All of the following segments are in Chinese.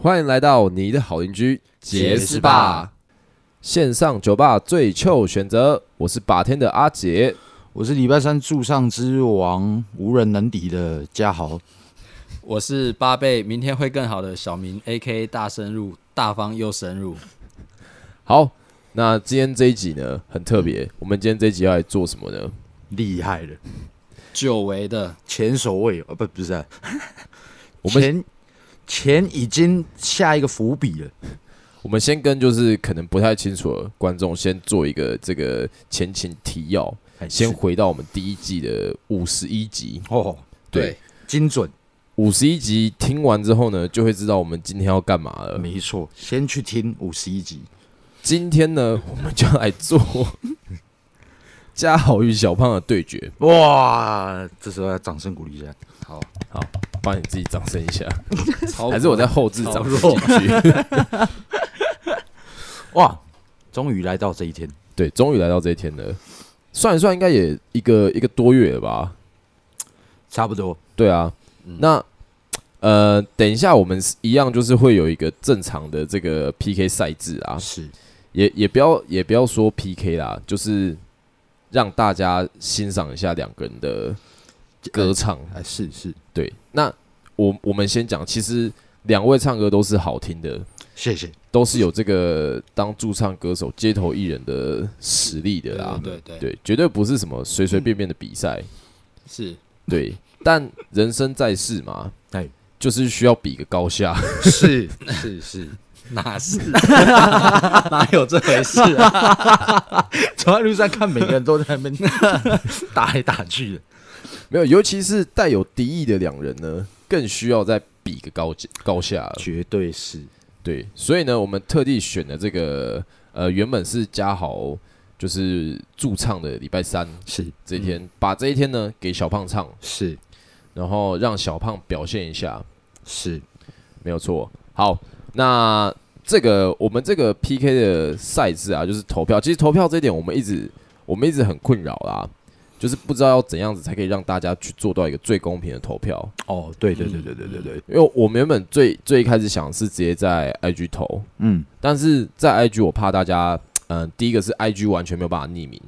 欢迎来到你的好邻居杰斯霸线上酒吧最糗选择，我是把天的阿杰。我是礼拜三驻唱之王，无人能敌的嘉豪。我是八倍，明天会更好的小明，A K 大深入，大方又深入。好，那今天这一集呢很特别，我们今天这一集要来做什么呢？厉害了，久违的，前所未有，呃不不是 啊、我们前前已经下一个伏笔了，我们先跟就是可能不太清楚的观众先做一个这个前情提要，哎先是回到我们第一季的五十一集。哦，对，精准，五十一集听完之后呢，就会知道我们今天要干嘛了。没错。先去听五十一集，今天呢，我们就来做 嘉豪与小胖的对决。哇，这时候要掌声鼓励一下。好，好，帮你自己掌声一下，超还是我在后置掌声超啊弱进去？哇，终于来到这一天， 对，终于来到这一天了。算一算，应该也一个一个多月了吧？差不多。对啊，那呃，等一下我们一样就是会有一个正常的这个 PK 赛制啊，是，也也不要也不要说 PK 啦，就是让大家欣赏一下两个人的歌唱。哎，是是，对，那我我们先讲，其实两位唱歌都是好听的，谢谢。都是有这个当驻唱歌手、街头艺人的实力的对啦啊，。对对嗯对，绝对不是什么随随便便的比赛。是对，但人生在世嘛，哎，就是需要比个高下。 是是是，哪是 哪有这回事啊？走在路上看每个人都在那 边打来打去的，没有，尤其是带有敌意的两人呢，更需要再比个高高下了。绝对是。对，所以呢，我们特地选了这个呃，原本是嘉豪就是驻唱的礼拜三是这一嗯天，把这一天呢给小胖唱，是然后让小胖表现一下，是，没有错。好，那这个我们这个 PK 的赛制啊，就是投票。其实投票这一点，我们一直我们一直很困扰啦，就是不知道要怎样子才可以让大家去做到一个最公平的投票。哦，对对对对对对对，因为我们原本最最一开始想的是直接在 IG 投，嗯，但是在 IG 我怕大家，嗯、第一个是 IG 完全没有办法匿名，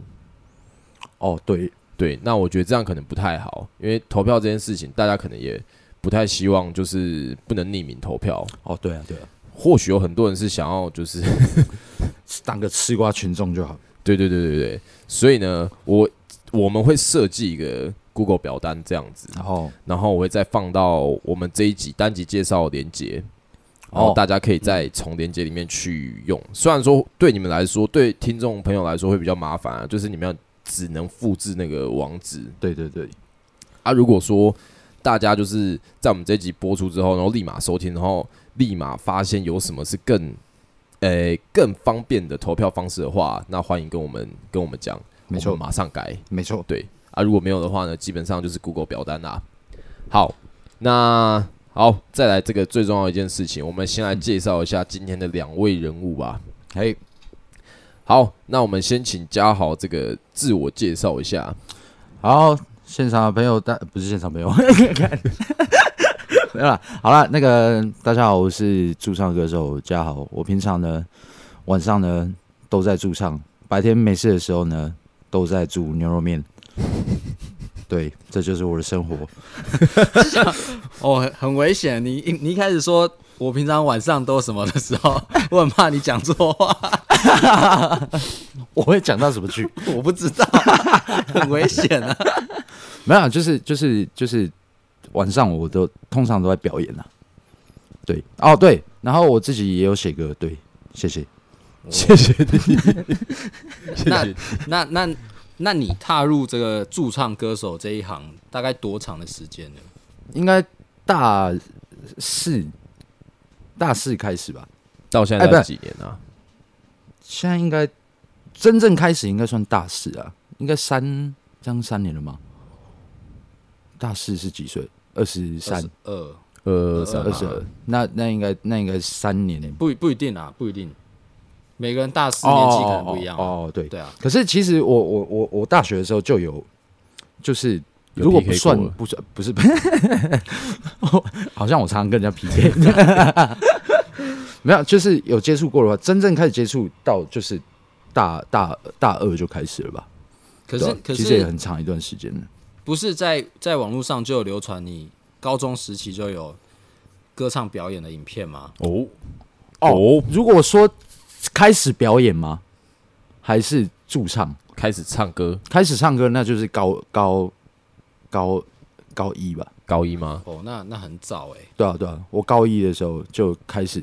哦对，对，那我觉得这样可能不太好，因为投票这件事情，大家可能也不太希望就是不能匿名投票。哦对啊对啊，或许有很多人是想要就是，当个吃瓜群众就好。对对对对对，所以呢，我我们会设计一个 Google 表单这样子，然后然后我会再放到我们这一集单集介绍的连接，然后哦大家可以再从连接里面去用。虽然说对你们来说，对听众朋友来说会比较麻烦、啊，就是你们要只能复制那个网址对对对，啊。如果说大家就是在我们这一集播出之后，然后立马收听，然后立马发现有什么是更呃更方便的投票方式的话，那欢迎跟我们跟我们讲，没错我们马上改。没错，对啊，如果没有的话呢，基本上就是 Google 表单啦。好，那好，再来这个最重要的一件事情，我们先来介绍一下今天的两位人物吧。嘿，好，那我们先请嘉豪这个自我介绍一下。好，现场的朋友大不是现场朋友， 看没有啦，好了，那个大家好，我是驻唱歌手嘉豪，我平常呢晚上呢都在驻唱，白天没事的时候呢都在煮牛肉面。 对，这就是我的生活。哦，很很危险。你一你一开始说我平常晚上都什么的时候， 我很怕你讲错话，我会讲到什么去？我不知道， 很危险啊。没有啊，就是就是就是晚上我都通常都在表演啦、啊对，哦对，然后我自己也有写歌，对，谢谢。谢谢你，谢那那那那你踏入这个驻唱歌手这一行，大概多长的时间呢？应该大四大四开始吧，到现在哎不才是几年啊？现在应该真正开始应该算大四啊，应该三将三年了吗？大四是几岁？二十三，二呃， 22二十二二，那那应该那应该三年了不不一定啊，不一定。每个人大四年级可能不一样啊。哦，对。对啊，可是其实我我我我大学的时候就有，就是有如果 PK 不算过了不算不是， 我好像我常常跟人家 PK，没有，就是有接触过的话，真正开始接触到就是大大大二就开始了吧？可对是啊可其实也是很长一段时间了。不是在在网络上就有流传你高中时期就有歌唱表演的影片吗？哦哦，如果说开始表演吗？还是驻唱？开始唱歌，开始唱歌那就是高高高高一吧？高一吗？哦，那那很早哎、对啊，对啊，我高一的时候就开始，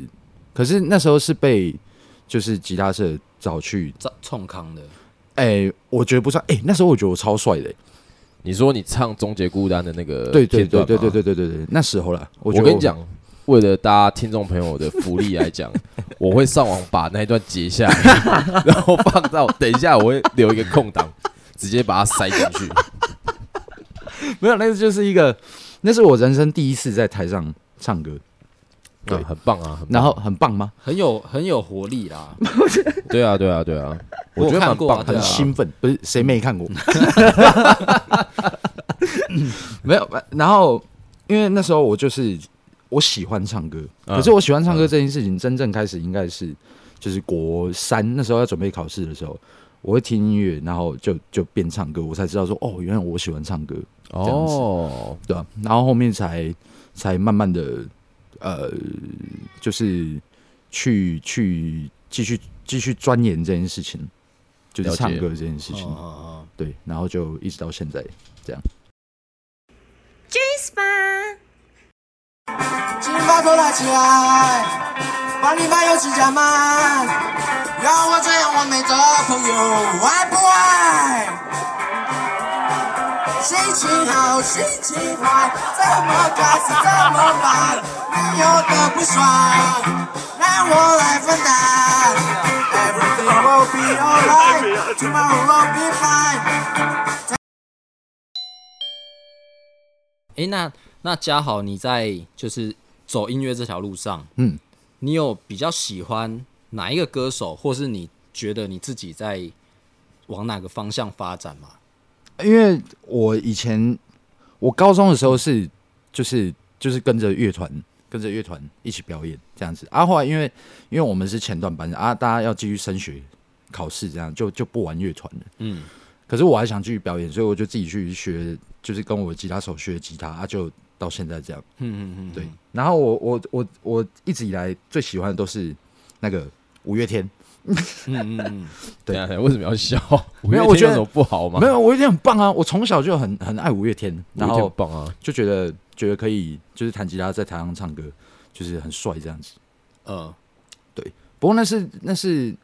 可是那时候是被就是吉他社找去，早冲康的，哎、我觉得不算，哎、那时候我觉得我超帅的、你说你唱《终结孤单》的那个对对呃片段对吗对对对对对对，那时候啦，我我觉得跟你，讲，为了大家听众朋友的福利来 讲，我会上网把那一段截下来， 然后放到等一下我会留一个空档，直接把它塞进去。没有，那就是一个，那是我人生第一次在台上唱歌， 对对，很棒啊，很棒然后很棒吗？很有很有活力啦。 对啊，对啊，对啊，我觉得看蛮过啊棒的对啊，很兴奋，不是谁没看过？ 没有，然后因为那时候我就是我喜欢唱歌，嗯可是我喜欢唱歌这件事情真正开始应该是就是国三那时候要准备考试的时候，我会听音乐，然后就就边唱歌，我才知道说哦，原来我喜欢唱歌，这样子哦，对吧、然后后面才才慢慢的呃，就是去去继续继续钻研这件事情，就是了解唱歌这件事情。哦哦对，然后就一直到现在。请把头抬起来，把你把游戏加满，让我这样完美的朋友爱不爱？心情好，心情坏，怎么改是怎么办？你有的不爽，让我来分担。Everything will be alright, tomorrow will be fine. 哎、那那嘉豪，你在就是走音乐这条路上，嗯，你有比较喜欢哪一个歌手，或是你觉得你自己在往哪个方向发展吗？因为我以前我高中的时候是就是就是跟着乐团跟着乐团一起表演这样子啊，后来因为因为我们是前段班啊，大家要继续升学考试，这样就就不玩乐团了。嗯，可是我还想继续表演，所以我就自己去学，就是跟我的吉他手学吉他啊，就到现在这样。嗯嗯嗯，对，然后我我我我一直以来最喜欢的都是那个五月天。嗯嗯嗯，对等一下等一下为什么要笑？没有五月我觉天有得什么不好吗？没，有，五月天很棒啊！我从小就很很爱五月天，然五月天后很棒啊，就觉得觉得可以，就是弹吉他在台上唱歌，就是很帅这样子。呃，不过那是那是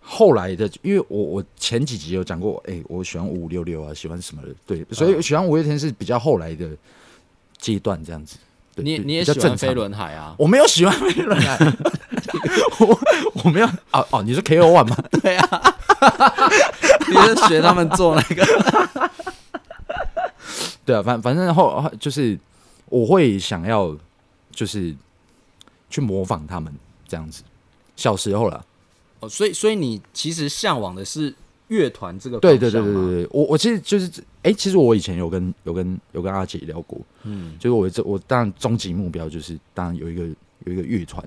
后来的，因为我我前几集有讲过，哎、我喜欢五五六六啊，喜欢什么的，对，所以喜欢五月天是比较后来的阶段这样子。对你比你也比较喜欢正常飞轮海啊？我没有喜欢飞轮海， 我我没有哦哦，你是 K O One 吗？对啊， 你是学他们做那个？对啊，反反正后后就是我会想要就是去模仿他们这样子。小时候了，哦，所以所以你其实向往的是乐团这个对对对方向对吗对，对，我我其实就是哎、其实我以前有跟有跟有跟阿姐聊过，嗯就是我这我当然终极目标就是当然有一个有一个乐团，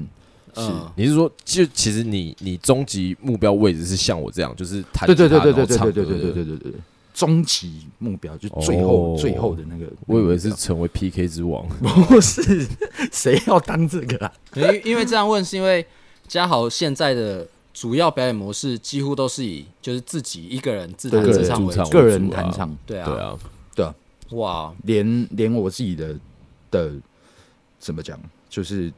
是嗯你是说，就其实你你终极目标位置是像我这样，就是弹对对对吉他对对然后对唱对歌对对对的对对对，终极目标就最后、哦最后的那个，我以为是成为 PK 之王，不是谁要当这个啊？ 因为因为这样问是因为嘉豪现在的主要表演模式几乎都是以就是自己一个人自弹对自唱为驻唱主，个人弹 唱，对啊，对啊，哇，连连我自己的的怎么讲，就是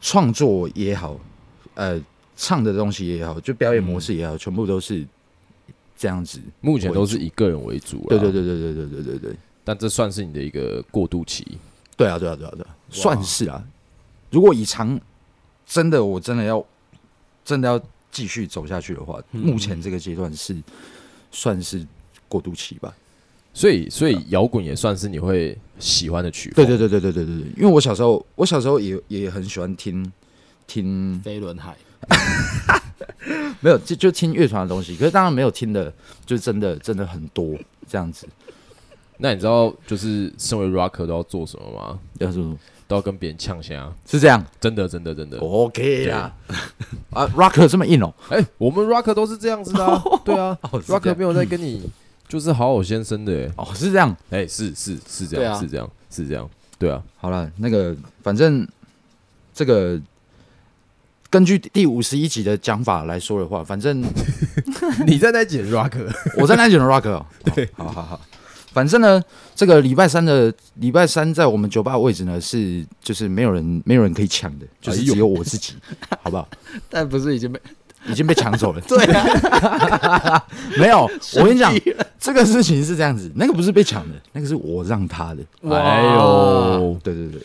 创作也好，呃，唱的东西也好，就表演模式也好，全部都是这样子。目前都是以个人为主，对啊对，对对对对对对对，但这算是你的一个过渡期，对啊对啊对啊对啊，算是啊。如果以长真的我真的要真的要继续走下去的话，目前这个阶段是算是过渡期吧。所以所以摇滚也算是你会喜欢的曲对风，对对对对对对对，因为我小时候我小时候也也很喜欢听听飞轮海，没有就就听乐团的东西，可是当然没有听的，就真的真的很多这样子。那你知道就是身为 rocker 都要做什么吗？要是都要跟别人呛虾，是这样真的真的真哦的。 ，OK 啦。啊，Rocker 这么硬哦，哎、我们 rocker 都是这样子的、啊，对啊 哦是这样，rocker 没有在跟你就是好好先生的、欸，哦是这样。哎、是是是这对样、啊是这样是这样，对啊，好了，那个反正这个根据第五十一集的讲法来说的话，反 正 你在那剪 rocker，我在那卷 rock 哦。对，好好好。反正呢，这个礼拜三的礼拜三在我们酒吧的位置呢是就是没有人没有人可以抢的，就是哎呦只有我自己，好不好？但不是已经被已经被抢走了。 对啊， 没有，我跟你讲生气，这个事情是这样子，那个不是被抢的，那个是我让他的。哇哎呦，对对对，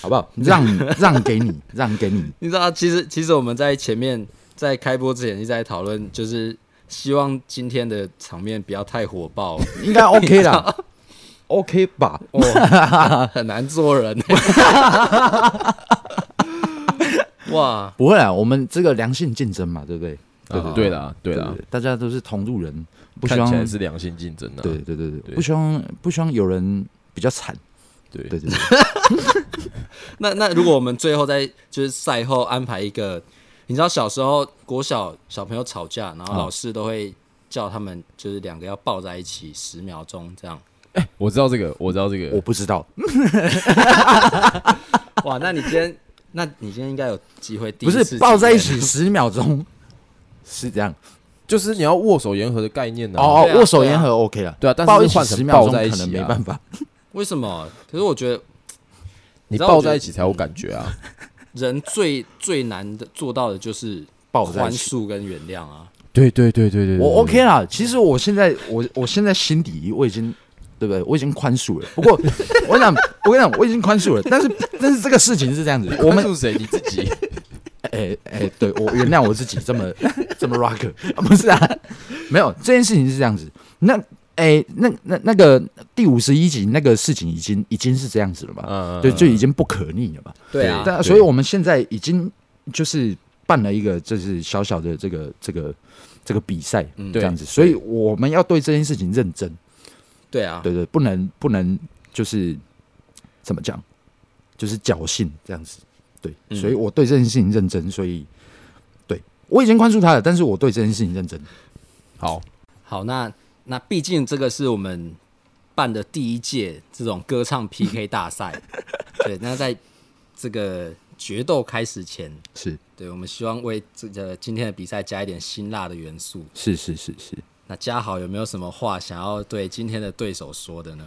好不好？让让给你，让给你。你知道，其实其实我们在前面在开播之前一直在讨论，就是希望今天的场面不要太火 爆，应该 OK 啦，OK 吧？哦、很难做人、欸 哇，不会啦，我们这个良性竞争嘛，对不对？啊 对啦对啦，，大家都是同路人，不希看望起来是良性竞争啊，对对对对，对不希望不希望有人比较惨，对对对对，那那如果我们最后在就是赛后安排一个，你知道小时候国小小朋友吵架，然后老师都会叫他们就是两个要抱在一起十秒钟这样。我知道这个，我知道这我个，不知 道， 哇，那你今天，那你今天应该有机会第一不次是抱在一体验起十秒钟，是这样就是你要握手言和的概念呢、啊。哦对哦，啊握手言和 OK 了，对啊但是抱一起换成十秒钟抱在一可起啊能没办法，为什么？可是我觉得你抱在一起才有感觉啊！人最最难的做到的就是抱在宽一起。恕跟原谅啊。 对对对对对我 OK 啦，其实我现在我我现在心底我已经对不对？我已经宽恕了。不过我想我跟你讲，我已经宽恕了，但是但是这个事情是这样 子，我我们们是谁？你自 己哎哎，对我原谅我自己这么这么 rock，、啊、不是啊，没有这件事情是这样子。那哎，那那那个第五十一集那个事情已经已经是这样子了嘛？嗯嗯对，就已经不可逆了嘛。对啊但所以我们现在已经就是办了一个就是小小的这个这个这个比赛这样子，所以我们要对这件事情认真。对啊，对对，不能不能就是怎么讲，就是侥幸这样子。对，嗯所以我对这件事情认真，所以对我已经宽恕他了，但是我对这件事情认真。好，好，那那毕竟这个是我们办的第一届这种歌唱 PK 大赛，对，那在这个决斗开始前，是对我们希望为这个今天的比赛加一点辛辣的元素。是是是是，那嘉豪有没有什么话想要对今天的对手说的呢？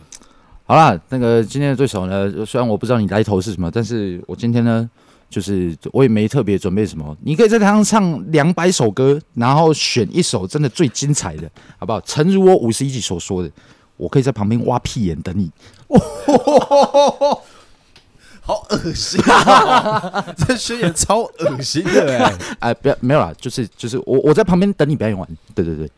好啦，那个今天的对手呢，虽然我不知道你来头是什么，但是我今天呢，就是我也没特别准备什么，你可以在台上唱两百首歌，然后选一首真的最精彩的，好不好？诚如我五十一集所说的，我可以在旁边挖屁眼等你。 好恶心啊！ 这宣言超恶心的 哎。哎，不要没有啦，就是就是我我在旁边等你表演完，对对对，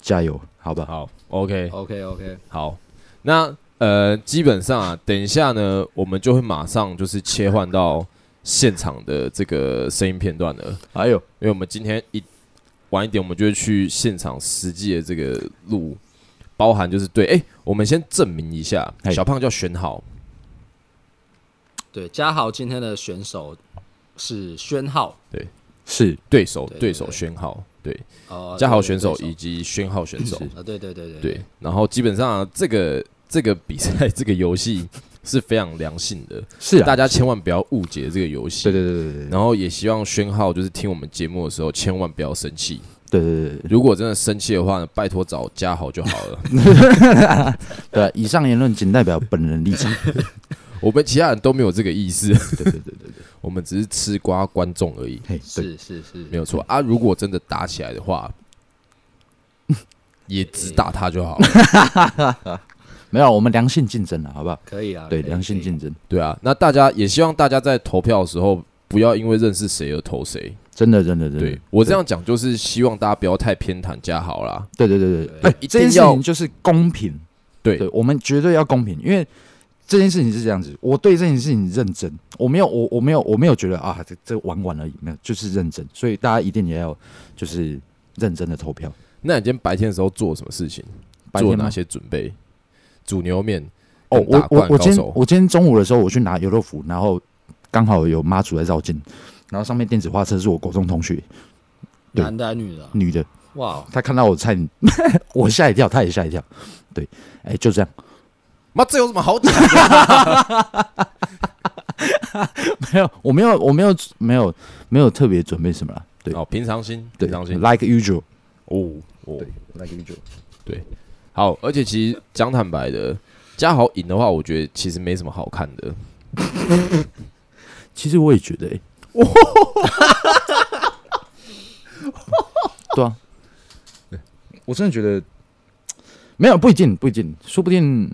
加油，好吧？好，OK， OK OK，好，那呃，基本上啊，等一下呢，我们就会马上就是切换到现场的这个声音片段了，哎呦，因为我们今天一晚一点，我们就会去现场实际的这个录，包含就是对，哎、我们先证明一下，嘿小胖叫选好，对，嘉豪今天的选手是宣浩，是对手对对对手对选好，对，哦，嘉豪选手对以及宣浩选嗯手，啊，对对对对对，然后基本上、啊、这个这个比赛这个游戏是非常良性的，是啊，大家千万不要误解这个游戏对。对对对对然后也希望宣浩就是听我们节目的时候，千万不要生气。对对对对如果真的生气的话呢，拜托找嘉豪就好了。对啊，以上言论仅代表本人立场。我们其他人都没有这个意思，对对对对对，我们只是吃瓜观众而已，嘿，对，是是是，没有错啊。如果真的打起来的话，也只打他就好了。没有，我们良性竞争了，好不好？可以啊，对，可以良性可以竞争， 对啊，那大家也希望大家在投票的时候，不要因为认识谁而投谁。真的真的真的对，我这样讲，就是希望大家不要太偏袒嘉豪啦。对对对对，对哎一定这件事要情就是公平，对对，我们绝对要公平，因为这件事情是这样子，我对这件事情认真，我没有我我没有我没有觉得啊，这这玩玩而已，没有，就是认真，所以大家一定也要就是认真的投票。那你今天白天的时候做什么事情？白做天吗哪些准备？煮牛面哦，跟打我我灌我高今天手我今天中午的时候，我去拿油豆腐，然后刚好有妈祖在绕境，然后上面电子花车是我国中同学，对男的还是女的啊？女的，哇哦，她看到我菜， 我吓一跳，她也吓一跳，对，哎、就这样， 妈，这有什么好讲？没有，我没有，我没有，没有，没有特别准备什么啦， 对，哦，平常心，对平常心。 ，like usual，哦哦， ，like usual，好，而且其实讲坦白的，嘉豪赢的话，我觉得其实没什么好看的。其实我也觉得、 欸，对啊，我真的觉得没有不一定，不一定，说不定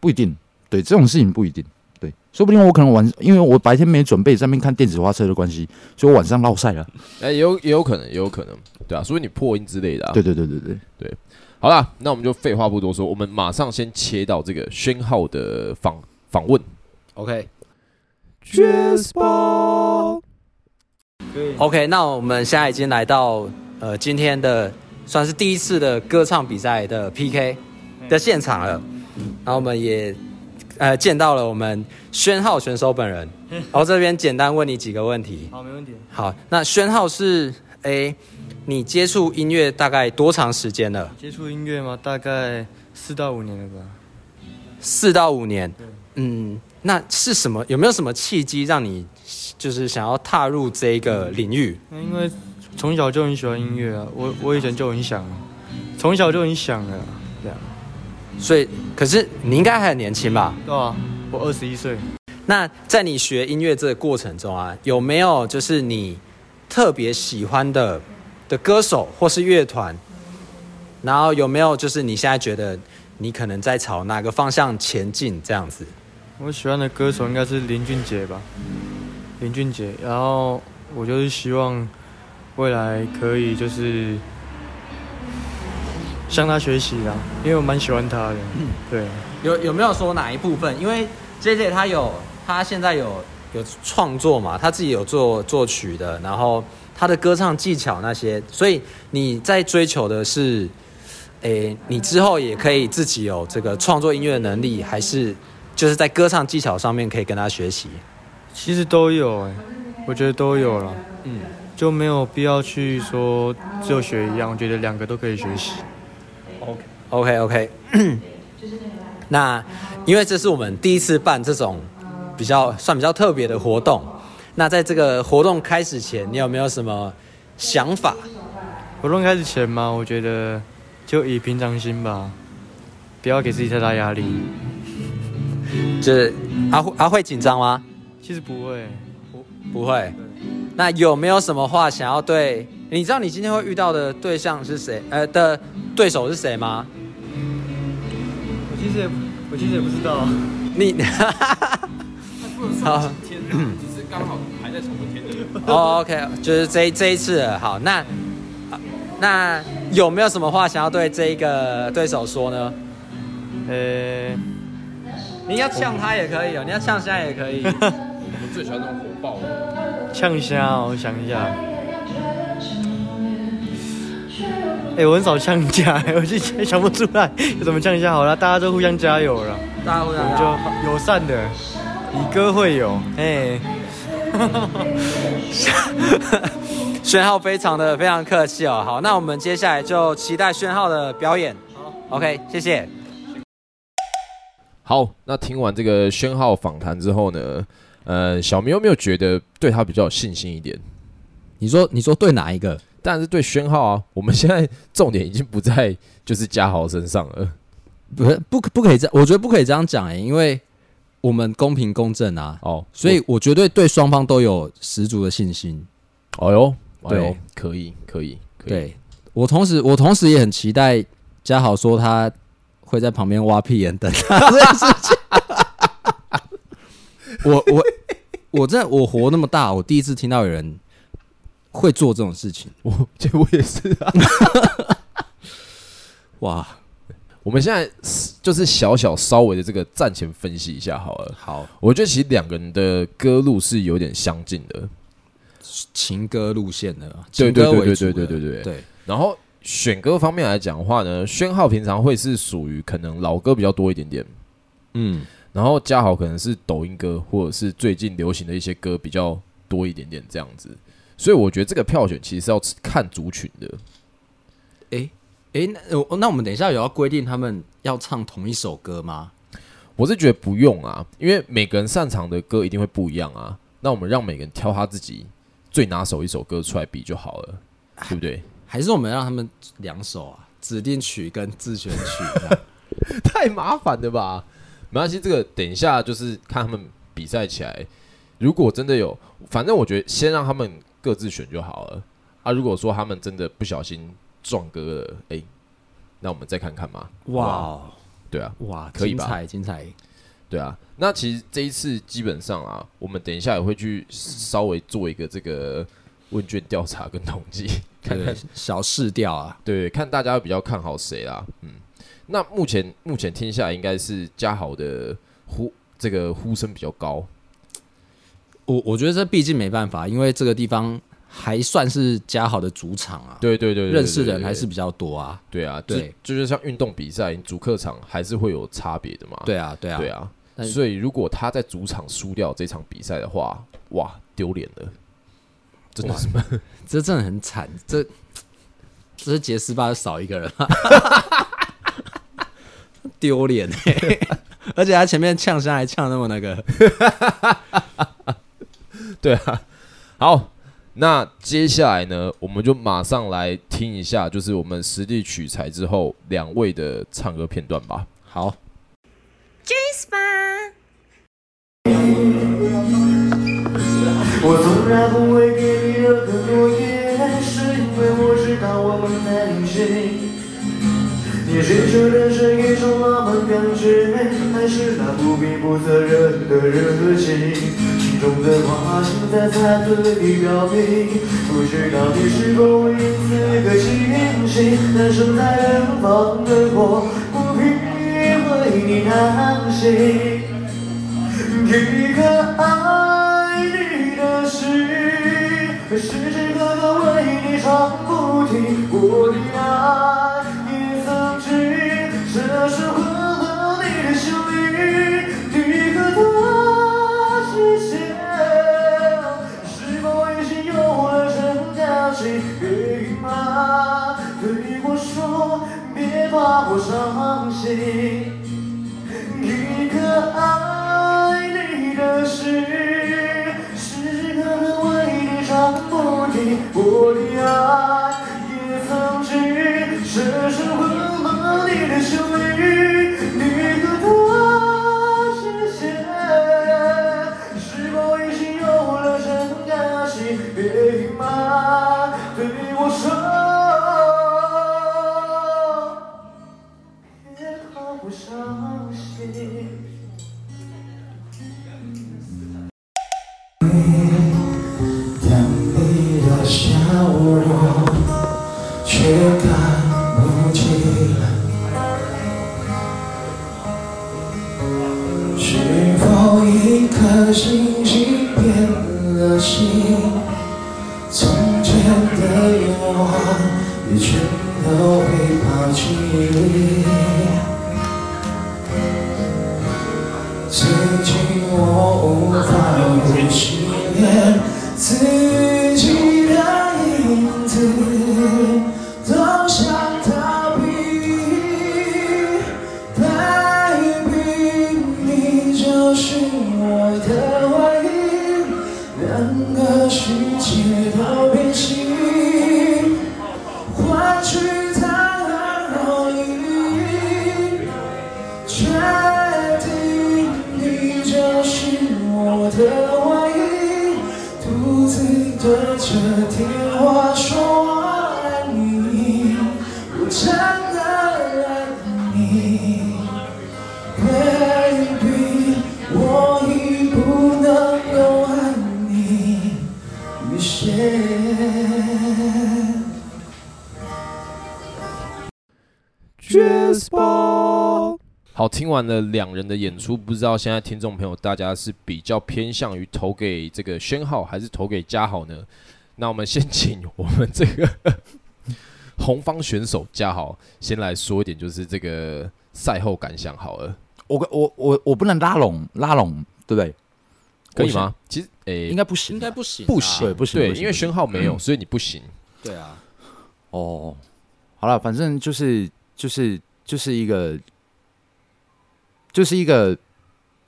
不一定，对这种事情不一定，对，说不定我可能晚，因为我白天没准备，在那边看电子花车的关系，所以我晚上落赛了。哎、也有也有可能，也有可能，对啊，所以你破音之类的啊。对对对对对，好啦，那我们就废话不多说，我们马上先切到这个宣浩的访访问。 OK Jazz Ball， OK，那我们现在已经来到呃今天的算是第一次的歌唱比赛的 PK 的现场了，然后我们也呃见到了我们宣浩选手本人，然后这边简单问你几个问题。好，没问题。好，那宣浩是诶，你接触音乐大概多长时间了？接触音乐嘛，大概四到五年了吧。四到五年。嗯，那是什么？有没有什么契机让你就是想要踏入这个领域？那因为从小就很喜欢音乐啊，我我以前就很想，啊从小就很想了，这样。所以，可是你应该还很年轻吧？对啊，我二十一岁。那在你学音乐这个过程中啊，有没有就是你特别喜欢的的歌手或是乐团？然后有没有就是你现在觉得你可能在朝哪个方向前进这样子？我喜欢的歌手应该是林俊杰吧，林俊杰。然后我就是希望未来可以就是向他学习啦，因为我蛮喜欢他的。对，有有没有说哪一部分？因为 J J 他有他现在有有创作嘛，他自己有做作曲的，然后他的歌唱技巧那些，所以你在追求的是，诶、你之后也可以自己有这个创作音乐的能力，还是就是在歌唱技巧上面可以跟他学习？其实都有哎、我觉得都有了。嗯，就没有必要去说只有学一样，我觉得两个都可以学习。 OK OK，那因为这是我们第一次办这种比较算比较特别的活动，那在这个活动开始前，你有没有什么想法？活动开始前嘛，我觉得就以平常心吧，不要给自己太大压力。就是阿慧阿慧紧张吗？其实不会，不会。那有没有什么话想要对？你知道你今天会遇到的对象是谁？呃，的对手是谁吗？我其实也我其实也不知道。你，好，只是刚好还在同一天的。哦、o k 就是这一这一次了好，那啊那有没有什么话想要对这一个对手说呢？呃、你要呛他也可以哦，你要呛现在也可以。呛虾、哦，我想一下。哎、我很少呛虾、我就想不出来要怎么呛虾好了，大家都互相加油了，大家互我相们 就就友善的，以歌会友，哎、 宣浩非常的非常客气哦。好，那我们接下来就期待宣浩的表演。好，OK，谢谢。好，那听完这个宣浩访谈之后呢，呃，小明有没有觉得对他比较有信心一点？你说你说对哪一个？但是对宣浩啊，我们现在重点已经不在就是嘉豪身上了。不不不可以这样，我觉得不可以这样讲哎、因为我们公平公正啊，哦，所以我绝对对双方都有十足的信心。哦哟，哎呦对，可以，可以，可以。对我同时我同时也很期待嘉豪说他会在旁边挖屁眼等他 这件事情。我我我真的我活那么大，我第一次听到有人会做这种事情， 我这我也是啊。哇！ 我们现在是就是小小稍微的这个战前分析一下好了。好，我觉得其实两个人的歌路是有点相近的，情歌路线的，对情歌为主对的对对对对对对，然后选歌方面来讲的话呢，宣浩平常会是属于可能老歌比较多一点点，嗯，然后嘉豪可能是抖音歌或者是最近流行的一些歌比较多一点点这样子。所以我觉得这个票选其实是要看族群的，诶诶，那我那我们等一下有要规定他们要唱同一首歌吗？我是觉得不用啊，因为每个人擅长的歌一定会不一样啊。那我们让每个人挑他自己最拿手一首歌出来比就好了，对不对？还是我们让他们两首啊，指定曲跟自选曲这 样？太麻烦了吧？没关系，这个等一下就是看他们比赛起来，如果真的有，反正我觉得先让他们各自选就好了啊。如果说他们真的不小心撞歌了，诶，那我们再看看嘛。哇好吧哦对啊，哇，可以精吧彩精彩！对啊。那其实这一次基本上啊，我们等一下也会去稍微做一个这个问卷调查跟统计， 看看对，小试调啊，对，看大家比较看好谁啦。嗯，那目前目前听下来应该是嘉豪的呼这个呼声比较高，我我觉得这毕竟没办法，因为这个地方还算是嘉豪的主场啊，对对对对对认识的人对还是比较多啊。对啊，对对，就是像运动比赛，你主客场还是会有差别的嘛。对啊，对啊，对啊，但所以如果他在主场输掉这场比赛的话，哇，丢脸了，真的是蛮这真的很惨，这这是杰斯巴少一个人吗， 丢脸哎、 而且他前面呛声还呛那么那个， 对啊。好，那接下来呢，我们就马上来听一下，就是我们实地取材之后两位的唱歌片段吧。好， Jace 吧。我从来不会给你任何诺言，是因为我知道我们在旅行。你深深的是一种浪漫感觉，还是那不必不责任的热情？心中的话现在才对你表明，不知道你是否会因此个清醒，但身在远方的我，不必为你担心。一颗爱你的心，时时刻刻为你唱不停。我的爱也曾经深深刻到你的心里，你和他之间是否已经有了真感情？别隐瞒，对我说，别怕我伤心。一颗爱你的心，时时刻刻为你唱不停。我的爱也曾经深深温暖你的心里，你和他之间是否已经有了真感情？别隐瞒，对我说。别怕我伤心。但你的笑容却看不清，是否一颗星星变了心？从前的愿望也全都会抛弃。最近我无法呼吸，连自己的影子都想逃避。Baby，你就是我的唯一，两个世界都平行。换取它很容易，确定你就是我的唯一，独自对着电话说我爱你，我真的爱你，Baby，我已不能够爱你一些。 Jazz Ball。好，听完了两人的演出，不知道现在听众朋友大家是比较偏向于投给这个宣浩，还是投给嘉豪呢？那我们先请我们这个 红方选手嘉豪先来说一点，就是这个赛后感想好了，我我我我不能拉拢拉拢，对不对？可以吗？其实，诶、应该不行，应该不行啊，不行，对不行对，不行嗯因为不行宣浩没有，所以你不行。对啊，哦，好了，反正就是就是就是一个就是一个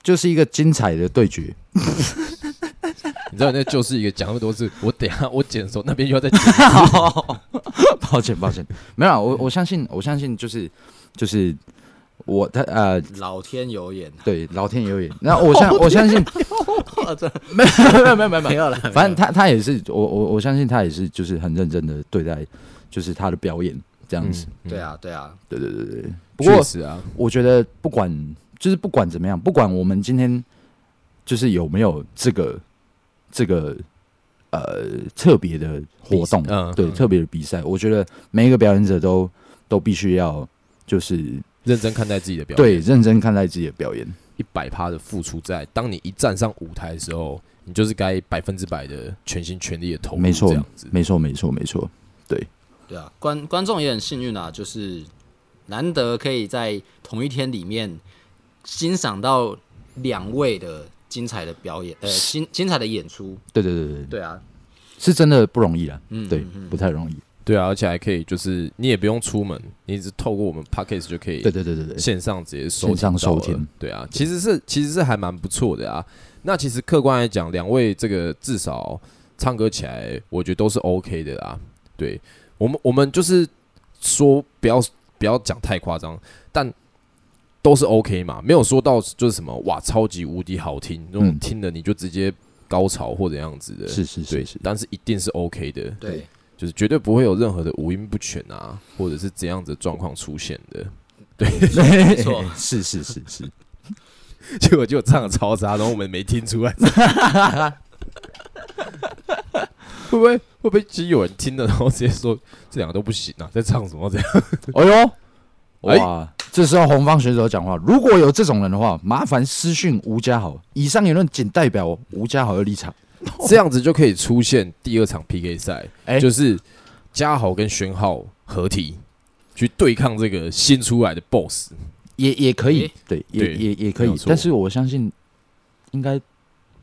就是一个精彩的对决。 你知道，那就是一个讲那么多次，我等一下我剪的时候，那边又要再剪一次。抱歉抱歉，没有啊，我我相信我相信就是就是我他呃老天有眼，对老天有眼，那我相我 相信没有没有没有没有没有了，反正他他也是我我我相信他也是就是很认真的对待就是他的表演这样子。嗯对啊，对啊，不过确实啊，我觉得不管就是不管怎么样，不管我们今天就是有没有这个这个呃特别的活动比，嗯对、嗯特别的比赛，我觉得每一个表演者都都必须要就是认真看待自己的表演，对认真看待自己的表演。一百趴的付出在，当你一站上舞台的时候，你就是该百分之百的全心全力的投入，没错这样子。没错，没错，没错。对啊，观观众也很幸运啊，就是难得可以在同一天里面欣赏到两位的精彩的表 演，呃，精精彩的演出。对对对对，对啊，是真的不容易啦。啊嗯对嗯，不太容易。对啊，而且还可以，就是你也不用出门，你只透过我们 podcast 就可以对对对对对，线上直接收线上收收听，对啊，其实是其实是还蛮不错的啊。那其实客观来讲，两位这个至少唱歌起来，我觉得都是 OK 的啦。对我们我们就是说不要不要讲太夸张，但都是 OK 嘛，没有说到就是什么哇超级无敌好听那种嗯听了你就直接高潮或者样子的，是是对是是，，但是一定是 OK 的，对，就是绝对不会有任何的五音不全啊，或者是怎样子的状况出现的。没错是是是是。 结果就唱的超差，然后我们没听出来。 会不会会不会其实有人听了，然后直接说这两个都不行啊，在唱什么这样？哎呦，哇！这时候红方选手讲话，如果有这种人的话，麻烦私讯吴家豪。以上言论仅代表吴家豪的立场。这样子就可以出现第二场 PK 赛，哎就是嘉豪跟宣浩合体去对抗这个新出来的 BOSS。也也可以诶，对，也对也也可没以有，错但是我相信应该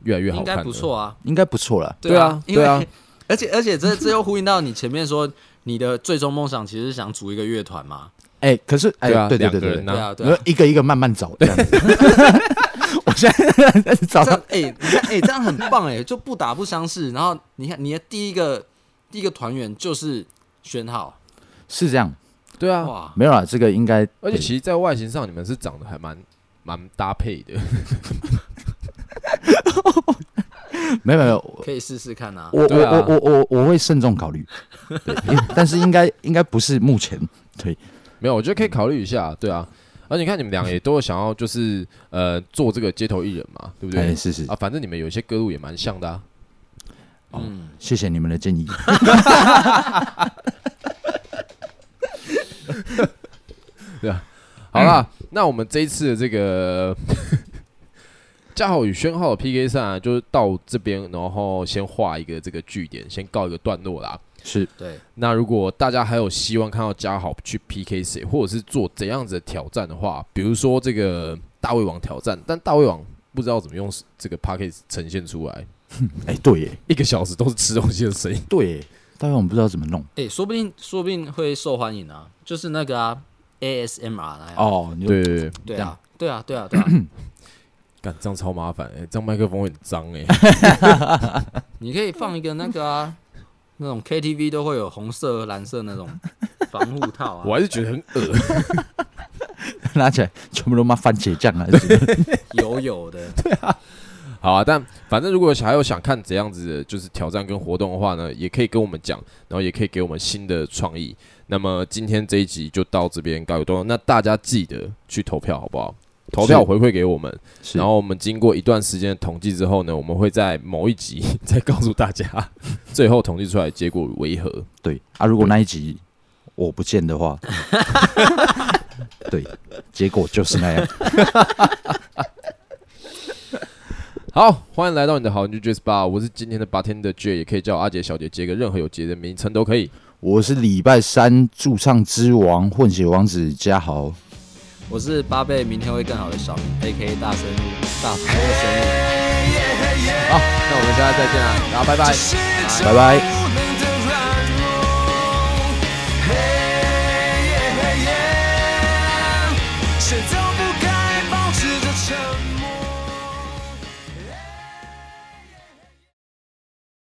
越来越好应看该了，不错啊。应该不错了。对啊因为对啊而且而且这这又呼应到你前面说，你的最终梦想其实是想组一个乐团嘛。哎，可是哎对啊，，对对两个对对人对，啊对啊，你说对啊。一个一个慢慢找这样子。 我现在在 找这到样哎、你看哎、这样很棒哎、就不打不相识。然后你看你的第一个第一个团员就是宣浩，是这样，对啊，哇，没有啦，这个应该而且对其实，在外形上你们是长得还蛮蛮搭配 的，没有没有没有，可以试试看啊。我对啊我我我我我会慎重 考虑，对，因为但是应该应该不是目前，对，没有，我觉得可以考虑一嗯下，对啊。而且你看你们俩也都有想要就是呃做这个街头艺人嘛，对不对？哎是是啊，反正你们有一些歌路也蛮像的啊。谢谢你们的建 议。嗯好啦，那我们这一次的这个 嘉豪与宣浩的 PK 赛、啊、就是到这边，然后先画一个这个据点，先告一个段落啦。是对，那如果大家还有希望看到嘉豪去 PK 谁，或者是做怎样子的挑战的话，比如说这个大胃王挑战，但大胃王不知道怎么用这个 p a c k a g e 呈现出来，哎、对耶，一个小时都是吃东西的声音。对耶，但是我们不知道怎么弄。哎、说不定说不定会受欢迎啊，就是那个啊 ASMR 那样。哦，你就对对对，对这啊样，对啊，对啊，对啊，干这样超麻烦、欸，这样麦克风很脏 哎、你可以放一个那个啊，那种 KTV 都会有红色、蓝色那种防护套啊，我还是觉得很恶。拿起来全部都妈番茄酱啊！还是 什么油油的。好啊，但反正如果还有想看怎样子的就是挑战跟活动的话呢，也可以跟我们讲，然后也可以给我们新的创意。那么今天这一集就到这边告一段落，那大家记得去投票好不好？投票是回馈给我们，是然后我们经过一段时间的统计之后呢，我们会在某一集再告诉大家 最后统计出来的结果为何。 对啊，如果那一集我不见的话，对，结果就是那样。好，欢迎来到你的好邻居 Jazz Bar，我是今天的 bartender J，也可以叫我阿杰、小姐、杰哥，任何有杰的名称都可以。我是礼拜三驻唱之王混血王子嘉豪，我是八倍，明天会更好的小明，A K 大生日，大朋友生日。哎啊好，那我们下次再见啦，大家拜拜。拜拜。